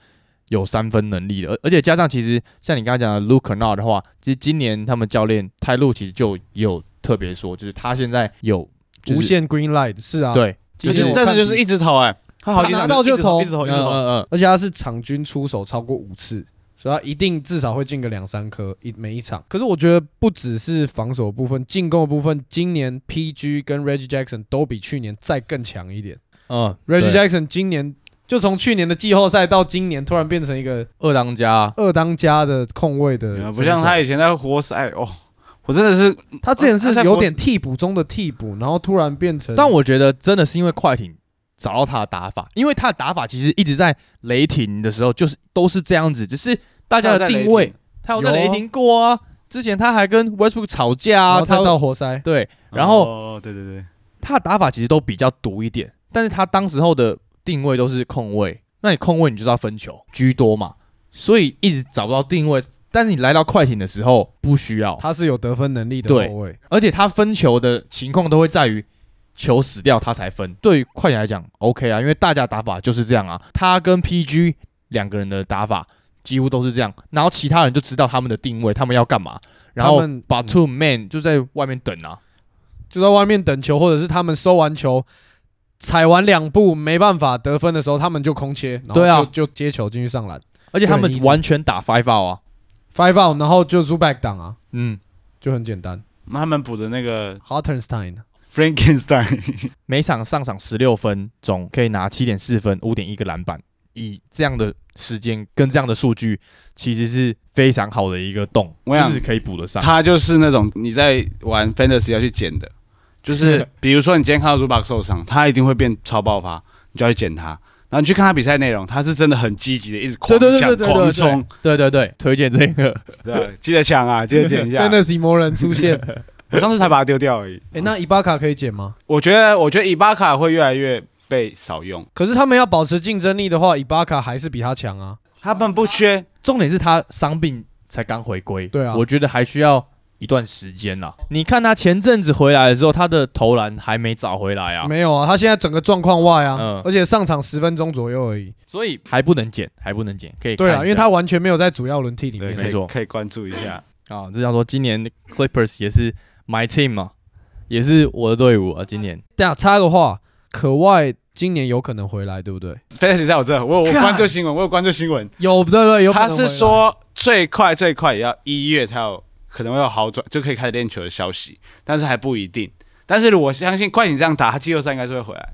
有三分能力的。而而且加上其实像你刚刚讲的 Luke n a 的话，其实今年他们教练泰路其实就也有特别说，就是他现在有、就是、
无限 green light 是啊，，
对，
就
就是是
我
但
看
是就是一直投哎，他好几
他
场
拿到就投
一直投一直
嗯
投。
嗯嗯
而且他是场均出手超过五次，所以他一定至少会进个两三颗一每一场。可是我觉得不只是防守的部分，进攻的部分，今年 PG 跟 Reggie Jackson 都比去年再更强一点。
嗯
Reggie
对
Jackson 今年就从去年的季后赛到今年，突然变成一个
二当家，
二当家的控卫的
对啊
身手，
不像他以前在活塞哦，我真的是
他之前
他
是
在
有
活
点替补中的替补，然后突然变成，
但我觉得真的是因为快艇找到他的打法，因为他的打法其实一直在雷霆的时候就是都是这样子，只是大家的定位，他有在雷霆过啊，之前他还跟 Westbrook 吵架
然
啊，
后再
他
到哦活塞，
对，然后
后哦对对对，
他的打法其实都比较毒一点，但是他当时候的定位都是控位，那你控位你就是要分球居多嘛，所以一直找不到定位。但是你来到快艇的时候不需要，
他是有得分能力的
对
后卫。
而且他分球的情况都会在于球死掉他才分。对于快艇来讲，OK 啊，因为大家打法就是这样啊，他跟 PG 两个人的打法几乎都是这样，然后其他人就知道他们的定位，他们要干嘛，然后
他们
把
嗯
two man 就在外面等啊。
就在外面等球，或者是他们收完球。踩完两步没办法得分的时候，他们就空切，然后
对啊
就就接球进去上篮
而且他们
对一直
完全打 five out 啊，
，five out，然后就 Zuback 挡啊，
嗯，
就很简单。
那他们补的那个
Hartenstein
Frankenstein，
每场上场十六分，总可以拿七点四分、五点一个篮板，以这样的时间跟这样的数据，其实是非常好的一个洞，
我想
就是可以补得上。
他就是那种你在玩 Fantasy 要去捡的， 就是比如说你今天看到 Zubac 受伤，他一定会变超爆发，你就要去捡他。然后你去看他比赛内容，他是真的很积极的，一直狂
对对对
抢、
对对
狂
对
冲
对，对对对，推荐这个。
对，记得抢啊，记得 捡一下。
Fantasy 魔人出现，哎、
我上次才把它丢掉而已。
那伊巴卡可以捡吗？
我觉得，我觉得伊巴卡会越来越被少用，
可是他们要保持竞争力的话，伊巴卡还是比他强啊。
他们不缺，
重点是他伤病才刚回归，
对啊
我觉得还需要一段时间啦。你看他前阵子回来的时候，他的投篮还没找回来啊，
没有啊，他现在整个状况外啊，
嗯
而且上场十分钟左右而已。
所以还不能减，还不能减，可以
对
看一
啊，
下
因为他完全没有在主要轮替里
对，
面。
可
没
以
错
可以关注一下。
啊，就像说今年 Clippers 也是 my team 嘛，也是我的队伍啊，今年
等下插个话，可外今年有可能回来，对不对？
Fantasy 在我这，我有我
看
关注新闻，我有关注新闻。
有对对，有可
他
能回
是
来
说最快最快也要一月才有可能会有好转，就可以开始练球的消息，但是还不一定。但是我相信快艇这样打，他季后赛应该是会回来。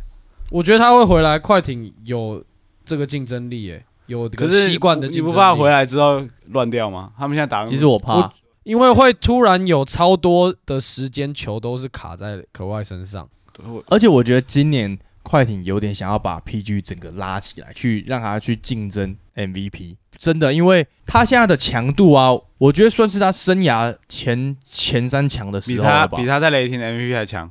我觉得他会回来，快艇有这个竞争力、诶，有
可
个
是
习惯的竞争
你
力。
不怕回来之后乱掉吗？他们现在打，
其实我怕
我因为会突然有超多的时间球都是卡在可外身上。
我
而且我觉得今年快艇有点想要把 PG 整个拉起来，去让他去竞争 MVP。真的，因为他现在的强度啊，我觉得算是他生涯前前三强的时
比
候了
他
吧。
比他在雷霆的 MVP 还强，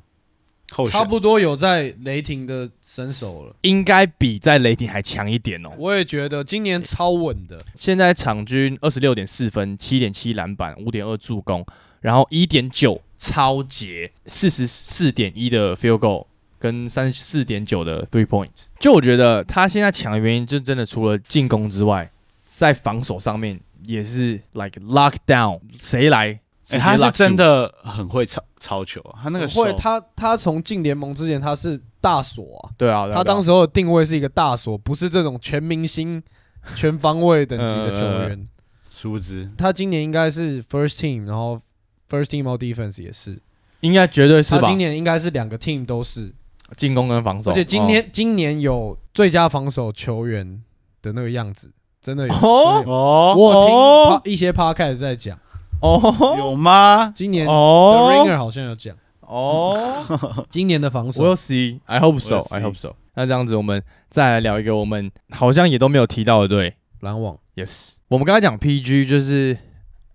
后
差
选
不多有在雷霆的身手了。
应该比在雷霆还强一点哦。
我也觉得今年超稳的，
现在场均二十六点四分、七点七篮板、五点二助攻，然后一点九超节、四十四点一的 field goal 跟三十四点九的 three points。就我觉得他现在强的原因，就真的除了进攻之外，在防守上面也是 like lock down，谁来
哎
直接 lock 住、
他是真的很会抄抄球啊，他那个手
会他他从进联盟之前他是大锁啊，
对啊，对啊
他当
时
时候的定位是一个大锁，不是这种全明 星、全方位等级的球
嗯
员。
殊不知
他今年应该是 first team，然后 first team all defense 也是，
啊应该绝对是
他
吧
今？年应该是两个 team 都是，
进攻跟防守，
而且今天今年有最佳防守球员的那个样子，真的有。
哦
真的有
哦
我有听
哦
po- 一些 podcast 在讲，
哦
有吗？
今年 The
哦
Ringer 好像有讲
哦。
今年的防守。
We'll see. I hope so.
We'll
I
see.
hope so. 那这样子，我们再来聊一个我们好像也都没有提到的队。
篮网
Yes，我们刚才讲 PG 就是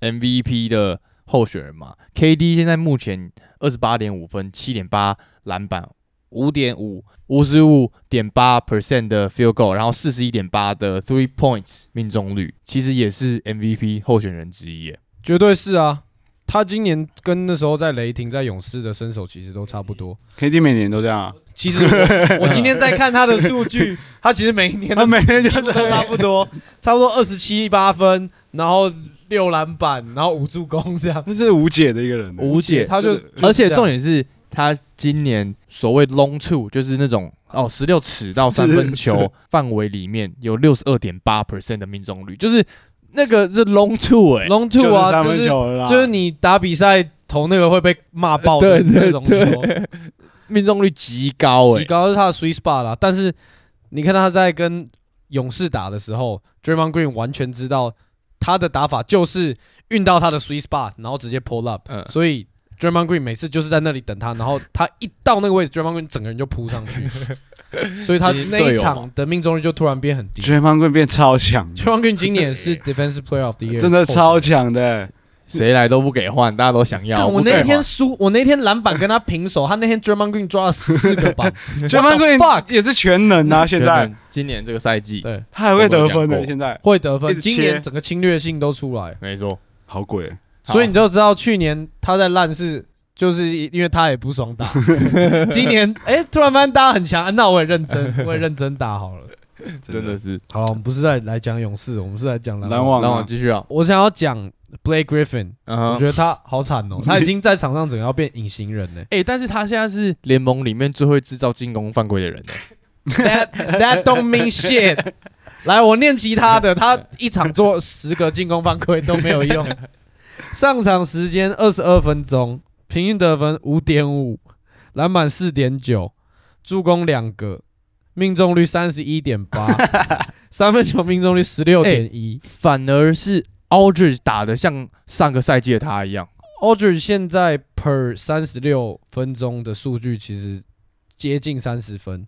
MVP 的候选人嘛。KD 现在目前二十八点五分，七点八篮板，五点五五十五点八 percent 的 field goal，然后四十一点八的 three points 命中率，其实也是 MVP 候选人之一耶。
绝对是啊，他今年跟那时候在雷霆、在勇士的身手其实都差不多。
KD 每年都这样啊，
其实 我我今天在看他的数据， 他其实每一年
他
都
每年就
都
这
差
样。
不多，差不多二十七八分，然后六篮板，然后五助攻这样。
这是无解的一个人，欸
无解，
他就
这个
而且重
点
点是他今年所谓 long two 就是那种哦十六尺到三分
是
球范围里面有六十二点八 percent 的命中率，就是那个是 long two 哎、
long
就
two
是
啊，
三
就
分
是
球了啦，
就是你打比赛投那个会被骂爆的
对对
那种球，
命中率极高哎、
提高是他的 sweet spot 啦。但是你看他在跟勇士打的时候，Draymond Green 完全知道他的打法就是运到他的 sweet spot，然后直接 pull up，
嗯，
所以 Draymond Green 每次就是在那里等他，然后他一到那个位置，Draymond Green 整个人就扑上去，所以他那一场的命中率就突然变很低。
全方棍变超强，
Draymond Green 今年也是 Defensive Player of the Year，
真的超强的。欸
谁来都不给换，大家都想要。
干我
不给
那
换
天输，我那天篮板跟他平手，他那天 Draymond Green 抓了十四个板，
全方
What the
棍
fuck？
也是全能啊，现
全
在
能今年这个赛季，
对，
他还会得分
我没有讲
呢，
过
现在
会得分，
一直
今
切
年整个侵略性都出来，
没错，
好鬼。
好
所以你就知道去年他在烂是。就是因为他也不爽打，今年哎、突然发现大家很强，啊那我也认真，我也认真打好了。
真的是
好了，我们不是在来讲勇士，我们是来讲篮
篮
网。
网
让我
啊，
继续啊。
我想要讲 Blake Griffin，
嗯
我觉得他好惨哦，他已经在场上整个要变隐形人呢。
哎、但是他现在是联盟里面最会制造进攻犯规的人、欸，
That that don't mean shit。来，我念其他的，他一场做十个进攻犯规都没有 用，上场时间二十二分钟，平均得分五点五，篮板四点九，助攻两个，命中率三十一点 八，三分球命中率十六点一。
反而是 Aldridge 打的像上个赛季的他一样。
哎
Aldridge 现在 per 三十六分钟的数据其实接近三十分，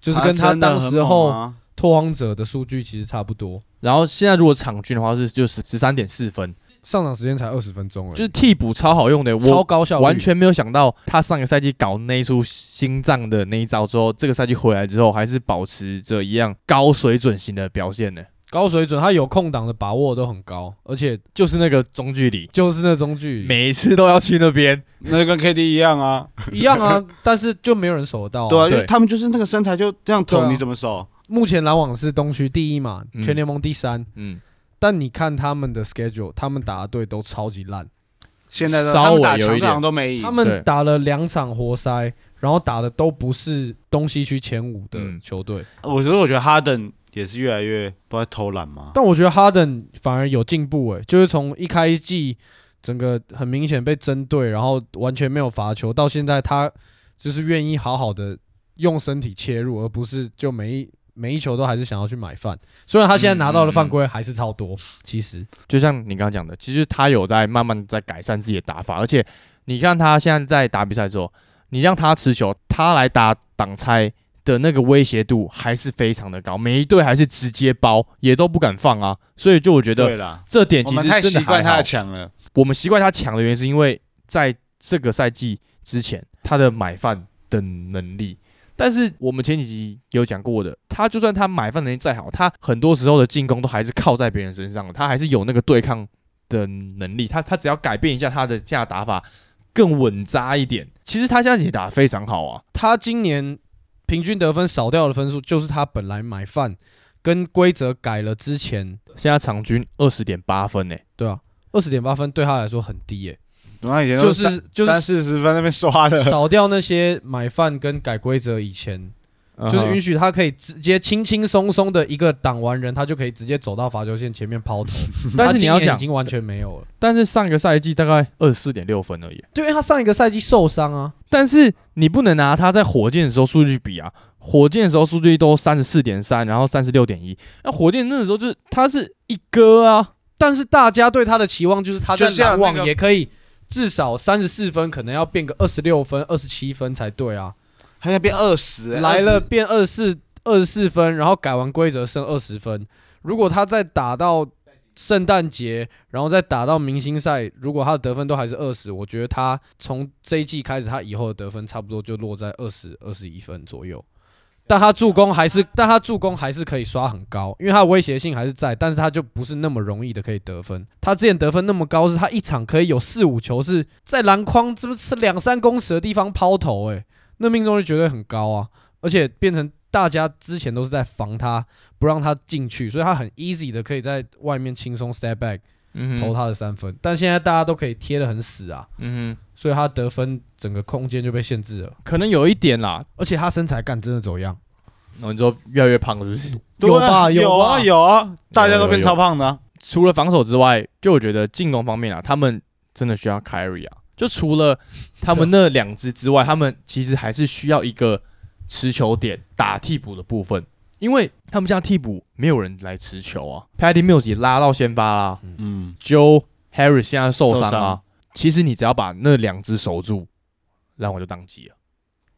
就是跟他
真的
当
很
时
猛
候
啊
拓荒者的数据其实差不多。
然后现在如果场均的话是就是十三点四分，
上场时间才二十分钟而已，
就是替补超好用的，
超
我
高效率，
完全没有想到他上个赛季搞那一出心脏的那一招之后，这个赛季回来之后还是保持着一样高水准型的表现呢，
高水准，他有空档的把握都很高，而且
就是那个中距离，
就是那中距离
每一次都要去那边，
那跟 KD 一样啊，
一样啊， 但是就没有人守得到、
对啊，
对
因为他们就是那个身材就这样
哦对
投，
啊
你怎么守？
目前篮网是东区第一嘛，
嗯
全联盟第三，
嗯，
但你看他们的 schedule，他们打的队都超级烂。
现在的
稍
他们
微有
打
一
强
点
场都没赢
他，
嗯对
们打了两场活塞，然后打的都不是东西区前五的
嗯
球队。
我觉得我觉得哈登也是越来越不知道在偷懒吗？
但我觉得哈登反而有进步诶、欸就是从一开季整个很明显被针对，然后完全没有罚球，到现在他就是愿意好好的用身体切入，而不是就每一每一球都还是想要去买饭。虽然他现在拿到的犯规还是超多，
嗯
其实
就像你刚刚讲的，其实他有在慢慢在改善自己的打法，而且你看他现在在打比赛的时候，你让他持球，他来打挡拆的那个威胁度还是非常的高，每一队还是直接包，也都不敢放啊，所以就我觉
对
得
啦，
这点
我
其
们
实
太
真的
习惯
还
他
好
的。强了。
我们习惯他强的原因是因为在这个赛季之前，他的买饭的能力。但是我们前几集有讲过的，他就算他买饭能力再好，他很多时候的进攻都还是靠在别人身上的，他还是有那个对抗的能力。他他只要改变一下他的现在打法，更稳扎一点。其实他现在也打得非常好啊，
他今年平均得分少掉的分数就是他本来买饭跟规则改了之前
现在场均二十点八分欸 呢、
对啊，二十点八分对他来说很低耶、
他以前
就
都
是
三
就是
三四十分那边刷的，
少掉那些买饭跟改规则以前，
嗯
就是允许他可以直接轻轻松松的一个挡完人，他就可以直接走到罚球线前面抛投。
但是你要
他今年
想
已，经完全没有了，
但是上个赛季大概二十四点六分而已。啊
对，因为他上一个赛季受伤啊，
但是你不能拿他在火箭的时候数据比啊，火箭的时候数据都三十四点三，然后三十六点一，那火箭那个时候就是他是一哥啊，
但是大家对他的期望就是他在
就像
篮
那
网
个
也可以至少三十四分，可能要变个二十六分、二十七分才对啊。
他现在变二十
来了变哎二四二十四分，然后改完规则剩二十分。如果他再打到圣诞节，然后再打到明星赛，如果他的得分都还是二十，我觉得他从这一季开始，他以后的得分差不多就落在二十二十一分左右。但他助攻还是，但他助攻还是可以刷很高，因为他的威胁性还是在，但是他就不是那么容易的可以得分。他之前得分那么高，是他一场可以有四五球是在篮筐，这不是两三公尺的地方抛投、欸，那命中率绝对很高啊。而且变成大家之前都是在防他，不让他进去，所以他很 easy 的可以在外面轻松 step back
嗯
投，他的三分。但现在大家都可以贴的很死啊，
嗯
所以他得分整个空间就被限制了。
哼，可能有一点啦，
而且他身材干真的走样，
哦，你说越来越胖是不是？
对
有
啊
吧
有啊
有吧
有啊，大家
有
都
有
变
有
超胖的啊。
除了防守之外，就我觉得进攻方面啊，他们真的需要 carry 啊，就除了他们那两支之外，他们其实还是需要一个持球点打替补的部分，因为他们家替补没有人来持球啊，Patty Mills 也拉到先发啦、
嗯，
Joe Harris 现在受伤
受
啊
伤，
其实你只要把那两只守住，篮网就当机了。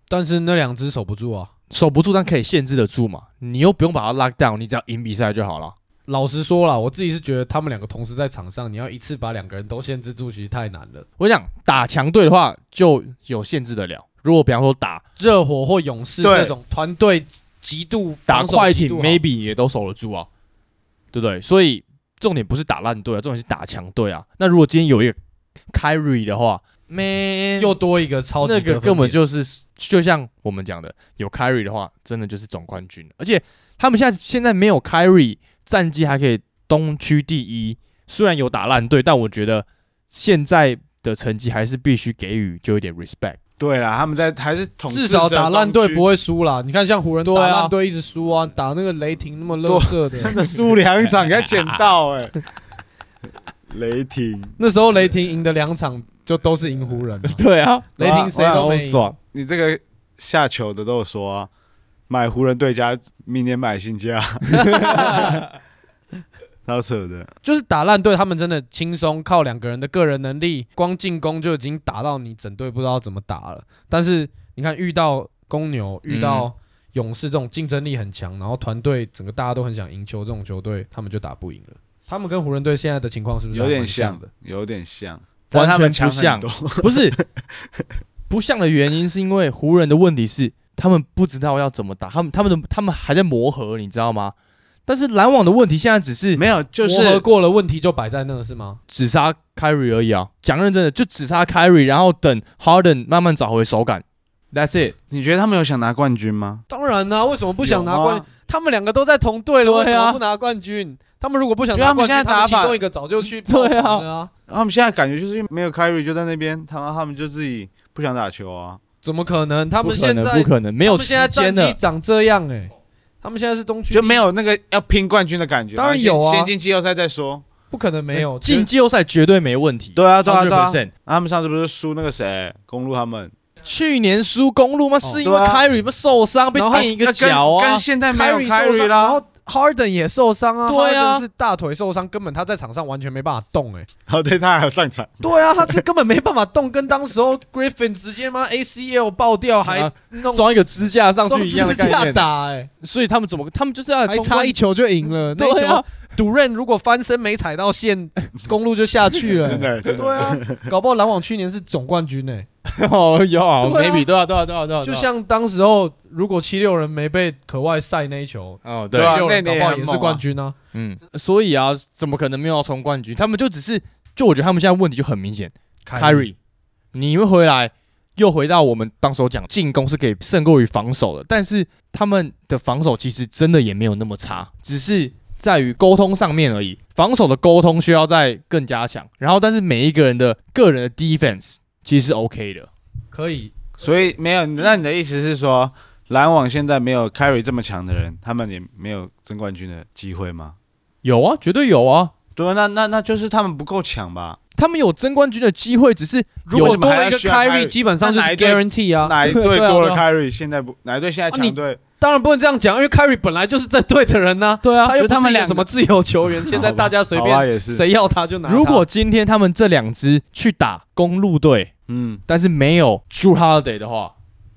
但是那两只守不住啊。
守不住，但可以限制得住嘛？你又不用把它 lock down，你只要赢比赛就好了。
老实说啦，我自己是觉得他们两个同时在场上，你要一次把两个人都限制住，其实太难了。
我想打强队的话，就有限制得了。如果比方说打
热火或勇士
对
这种团队极度
打
防守
快
极
艇
度好
，maybe 也都守得住啊，对不对？所以重点不是打烂队啊，重点是打强队啊。那如果今天有一个 Kyrie 的话，man
又多一个超级
那
得
个
分
根本
点
就是就像我们讲的，有 Kyrie 的话，真的就是总冠军。而且他们现在现在没有 Kyrie，战绩还可以东区第一，虽然有打烂队，但我觉得现在的成绩还是必须给予就一点 respect。
对啦，他们在还是统治
至少打烂队不
会
会输啦。你看，像湖人打
对啊
烂队一直输啊，打那个雷霆那么乐色 的。
输两场，给他捡到哎、雷霆，
那时候雷霆赢的两场就都是赢湖人嘛，
对啊，
雷霆谁都没赢。
爽。
你这个下球的都有说啊，买湖人对家，明年买新家，超扯的。
就是打烂队，他们真的轻松靠两个人的个人能力，光进攻就已经打到你整队不知道怎么打了。但是你看，遇到公牛、遇
嗯
到勇士这种竞争力很强，然后团队整个大家都很想赢球这种球队，他们就打不赢了。他们跟湖人队现在的情况是不是
有
还
点
蛮
像
像的？，
有点像，
完全
但他们强
不像
很多。
不是不像的原因，是因为湖人的问题是他们不知道要怎么打，他们他们的他们还在磨合，你知道吗？但是篮网的问题现在只是
没有，就
磨合
是
过了，问题就摆在那是吗？
只杀 Kyrie 而已啊，讲认真的，就只杀 Kyrie，然后等 Harden 慢慢找回手感，That's it。
你觉得他们有想拿冠军吗？
当然啦、为什么不想拿
有吗
冠军？他们两个都在同队了，
对啊
为什么不拿冠军？他们如果不想
就
拿
他们
冠军，
现在打
他们
法
其中一个早就去
对啊
抱团了啊，
他们现在感觉就是因为没有 Kyrie 就在那边，他们他们就自己不想打球啊。
怎么可能？他
不
们
可
现
能，
在
不可能，没有时
他
间
们现在战
的
绩。长这样哎、他们现在是东区
就
第一
没，有那个要拼冠军的感觉。
当然有啊
先先进季后赛再说。
不可能没有
呃进
就
季后赛绝对没问题。
对啊，对啊，对啊。
100%
他们上次不是输那个谁公路他们，
去年输公路吗？
哦
是因为
对啊
Kyrie 不受伤被
然后
垫一个脚
跟
啊
跟？现在没有
Kyrie 受
Kyrie
伤，然
啦，
后 Harden 也受伤啊，
对啊
Harden 是大腿受伤，根本他在场上完全没办法动哎、
然后哦对他还有上场，
对啊，他是根本没办法动，跟当时候 Griffin 直接妈 ACL 爆掉还
啊
弄
装一个支架上
中
去一样的
支
概
架
念，
打哎、
所以他们怎么？他们就是要
还差一球就赢了，那一
对
球
啊，
杜任如果翻身没踩到 线，公路就下去了、
真的真的。
对 啊，搞不好篮网去年是总冠军呢、
哦，有啊
对啊
，maybe 对啊，对啊，对啊，对啊，
就像当时候如果七六人没被可外赛那一球，
哦，对
对，啊
七六人
那
搞
年
不好也
也很
是
猛啊
冠军啊。
嗯，所以啊，怎么可能没有要冲冠军？他们就只是，就我觉得他们现在问题就很明显，Kyrie，你们回来又回到我们当时候讲，进攻是可以胜过于防守的，但是他们的防守其实真的也没有那么差，只是在于沟通上面而已。防守的沟通需要再更加强，然后但是每一个人的个人的 defense 其实是 OK 的，
可以，
所以没有，那你的意思是说，篮网现在没有 Kyrie 这么强的人，他们也没有争冠军的机会吗？
有啊，绝对有啊。
对啊，那那那就是他们不够强吧？
他们有争冠军的机会，只是
如果
有
我们
多
还
了
要
一个
需要
Kyrie，
Kyrie，
基本上就
那
是
哪一队
guarantee 啊。
哪一队
对啊
多了
对
Kyrie？现在不，哪一队现在
啊你
强队？
当然不能这样讲，因为 Kyrie 本来就是这队的人呐、
对啊
他又
就他们
不是一个
两个
什么自由球 员，现在大家随
好吧
便
也是，
谁要他就拿他。
如果今天他们这两支去打公路队，
嗯，
但是没有 Drew Holiday 的话，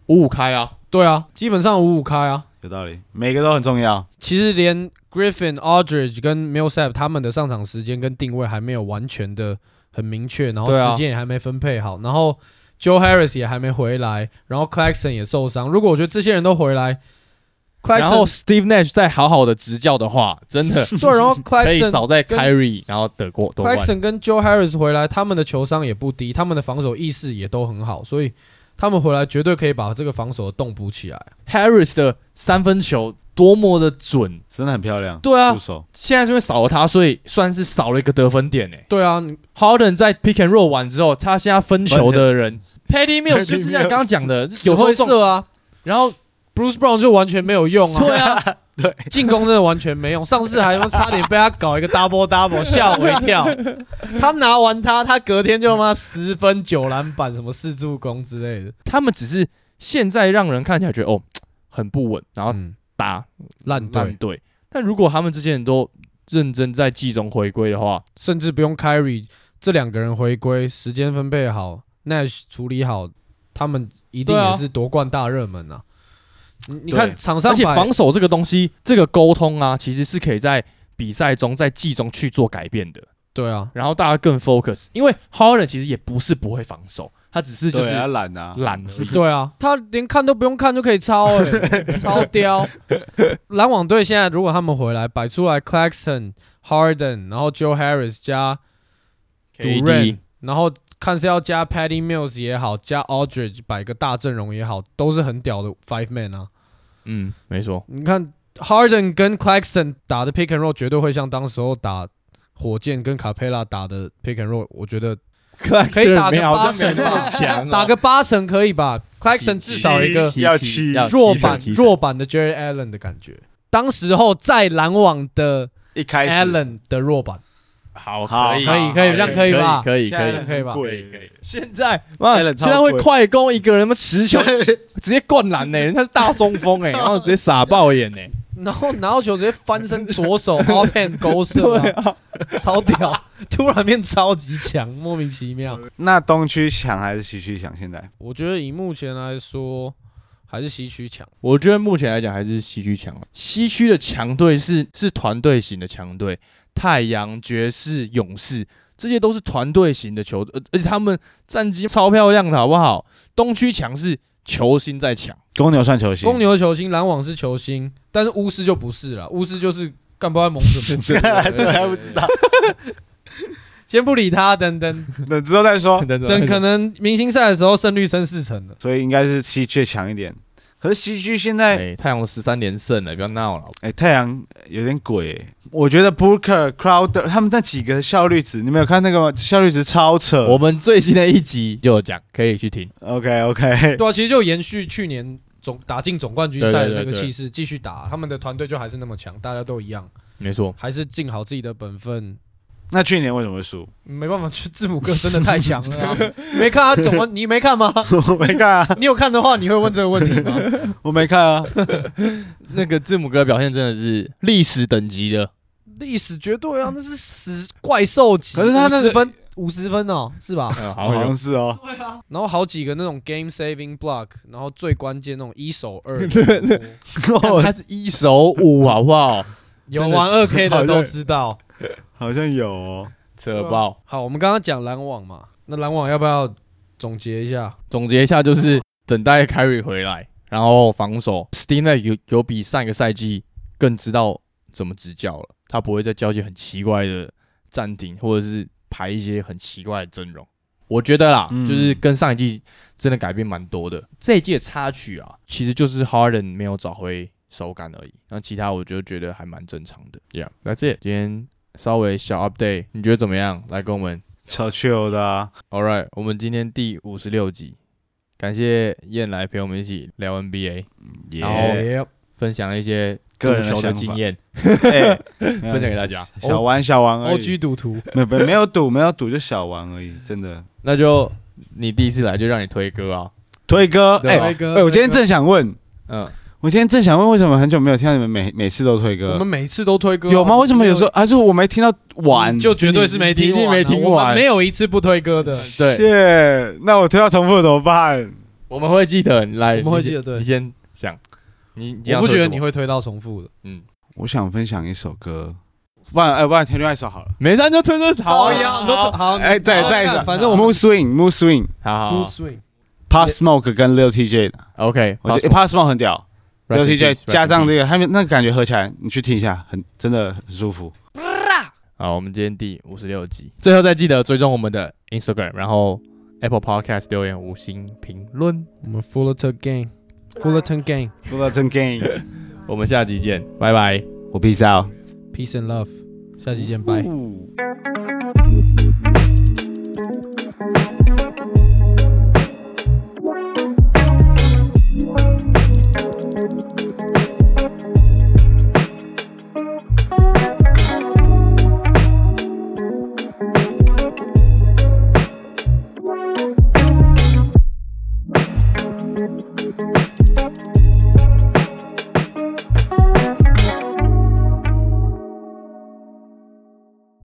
五五开啊，
对啊，基本上五五开啊。
有道理，每个都很重要。
其实连 Griffin、Aldridge 跟 Millsap 他们的上场时间跟定位还没有完全的很明确，然后
对啊
时间也还没分配好，然后 Joe Harris 也还没回来，然后 Clarkson 也受伤。如果我觉得这些人都回来
然后
，Clarkson
Steve Nash 再好好的执教的话，真 的
对，然后
可以
Clarkson
少在
跟
Kyrie，然后得过夺冠。
Clarkson 跟 Joe Harris 回来，他们的球商也不低，他们的防守意识也都很好，所以他们回来绝对可以把这个防守的洞补起来。
Harris 的三分球多么的准，
真的很漂亮，
对啊
出手
现在是因为少了他，所以算是少了一个得分点诶、
对啊，你
Harden 在 pick and roll 完之后，他现在分球的人 Patty Mills
Patty
就是像刚刚讲的，有时
有
候
灰
中，
色啊
然后
，Bruce Brown 就完全没有用啊。
对啊，
进攻真的完全没用，上次还他妈差点被他搞一个 double double，吓我一跳。他拿完他，他隔天就他妈十分九篮板，什么四助攻之类的。
他们只是现在让人看起来觉得哦很不稳，然后
嗯，
打
烂
烂
队，
队。但如果他们之前都认真在季中回归的话，
甚至不用 carry，这两个人回归，时间分配好，Nash 处理好，他们一定
对啊
也是夺冠大热门啊。你你
对
看场上
而且
摆
防守这个东西，这个沟通啊，其实是可以在比赛中、在季中去做改变的。
对啊，
然后大家更 focus，因为 Harden 其实也不是不会防守，他只是就
对啊，
是
懒啊，
懒而已。
对啊，他连看都不用看就可以抄、 欸，超刁。篮网队现在如果他们回来摆出来，Clarkson、Harden，然后 Joe Harris 加 d u r a
KD
n 然后看是要加 Patty Mills 也好，加 Aldridge 摆个大阵容也好，都是很屌的 Five Man 啊。
嗯，没错，
你看 Harden 跟 Clarkson 打的 Pick and Roll 绝对会像当时候打火箭跟卡佩拉打的 pick and roll，我觉得
可
以打个
好
八
像
成
没有那么
吧
强哦，
打个八成可以吧 c l a x o n
七
至少一个
七
要
七
七
要
弱
七
版
成七成
弱版的 Jerry Allen 的感觉。当时候在篮网的
一开始
Allen 的弱版，
好，
好
可以，
可以可以这样可以吧
可以可
现
以
在。
可以吧
贵
可以
现在妈，
Allen 超
现在会
贵
快攻一个人他妈持球直接灌篮呢、人家是大中锋 哎、然后直接傻爆眼呢、
然后拿到球直接翻身，左手 offhand 勾射，
对啊，
超屌，突然变超级强，莫名其妙。
那东区强还是西区强？现在
我觉得以目前来说，还是西区强。
我觉得目前来讲还是西区强啊。西区的强队是是团队型的强队，太阳、爵士、勇士这些都是团队型的球队，呃而且他们战绩超漂亮的好不好？东区强是球星在强，
公牛算球星，
公牛球星，篮网是球星，但是巫师就不是了，巫师就是干不爱蒙什么，
这 还不知道，
先不理他，等等
等之后再说。
等，可能明星赛的时候胜率升四成了。
所以应该是西区强一点。可是西区现在，哎、哎
哎，太阳十三连胜了，不要闹了。
太阳有点鬼、欸我觉得 Booker、Crowder 他们那几个效率值，你们有看那个吗？效率值超扯。
我们最新的一集就有讲，可以去听。
OK OK，
对啊，其实就延续去年总打进总冠军赛的那
对对对
个
对
气势，继续打，他们的团队就还是那么强，大家都一样，
没错，
还是尽好自己的本分。
那去年为什么会输？
没办法， 去字母哥真的太强了、啊，你没看他总冠，你没看吗？
我没看啊，
你有看的话，你会问这个问题吗？
我没看啊。
那个字母哥表现真的是历史等级的，
历史绝对啊，那是史怪兽级，
可是他那
十分五十分哦，是吧？
呃
好像是哦，
然后好几个那种 game saving block，然后最关键那种一手 二，
像他是一手五，好不好？
有玩二 K
好
的
像
都知道。
好像有哦。
扯爆！
好，我们刚刚讲篮网嘛，那篮网要不要总结一下？
总结一下就是等待凯瑞回来，然后防守 s t e a m 有有比上一个赛季更知道怎么执教了，他不会再教一些很奇怪的暂停，或者是排一些很奇怪的阵容。我觉得啦，
嗯
就是跟上一季真的改变蛮多的。这一季的插曲啊，其实就是 Harden 没有找回手感而已，那其他我就觉得还蛮正常的。Yeah，that's it。今天稍微小 update，你觉得怎么样？来跟我们
超 chill 的、啊，
All right，我们今天第五十六集，感谢燕来陪我们一起聊 NBA，然后
耶
Yep
分享一些
个人
足球的嗯
想法
经验，
哎
分享给大家。
小玩小玩而已，
OG 赌徒，
没没没有赌，没有赌就小玩而已，真的。
那就你第一次来就让你推歌啊，
推哥，
对
哎
吧
推
哎
歌，
我今天正想问，
嗯，
我今天正想问，为什么很久没有听到你们每每次都推
我
歌
们？每次都推歌啊，
有吗？为什么有时
候
候还是我没听到完？
就绝对是没听
你一
完
定
啊，
没听
我们
完
没有一次不推歌的。
对，
谢，那我推到重复的怎么办？
我们会记得，你来，
我们会
你先
记得对
你先想，你你
我
要
不
推
觉得
什么
你，会推到重复的，
嗯，
我想分享一首歌，不然哎，不然听另外一首好了。
没事就推这好啊
一
呀，
样，好，好
哎，再再一首，
反正我们
Mood Swing Mood Swing
好好
Good
好
swing，
Pop Smoke 跟 Lil TJ 的，
，OK，
我觉得 Pop Smoke 很屌。
Rest
Lil
in
TJ
peace，
加
rest in
上这
peace
个，他们那个感觉合起来，你去听一下，很真的很舒 服。
好，我们今天第五十六集，最后再记得追踪我们的 Instagram，然后 Apple Podcast 留言五星评论，
我们 Fullerton Gang，Fullerton Gang，Peace
不到真 game，
我们下集见，拜拜。
我 peace out。
and love，下期见，拜。
呜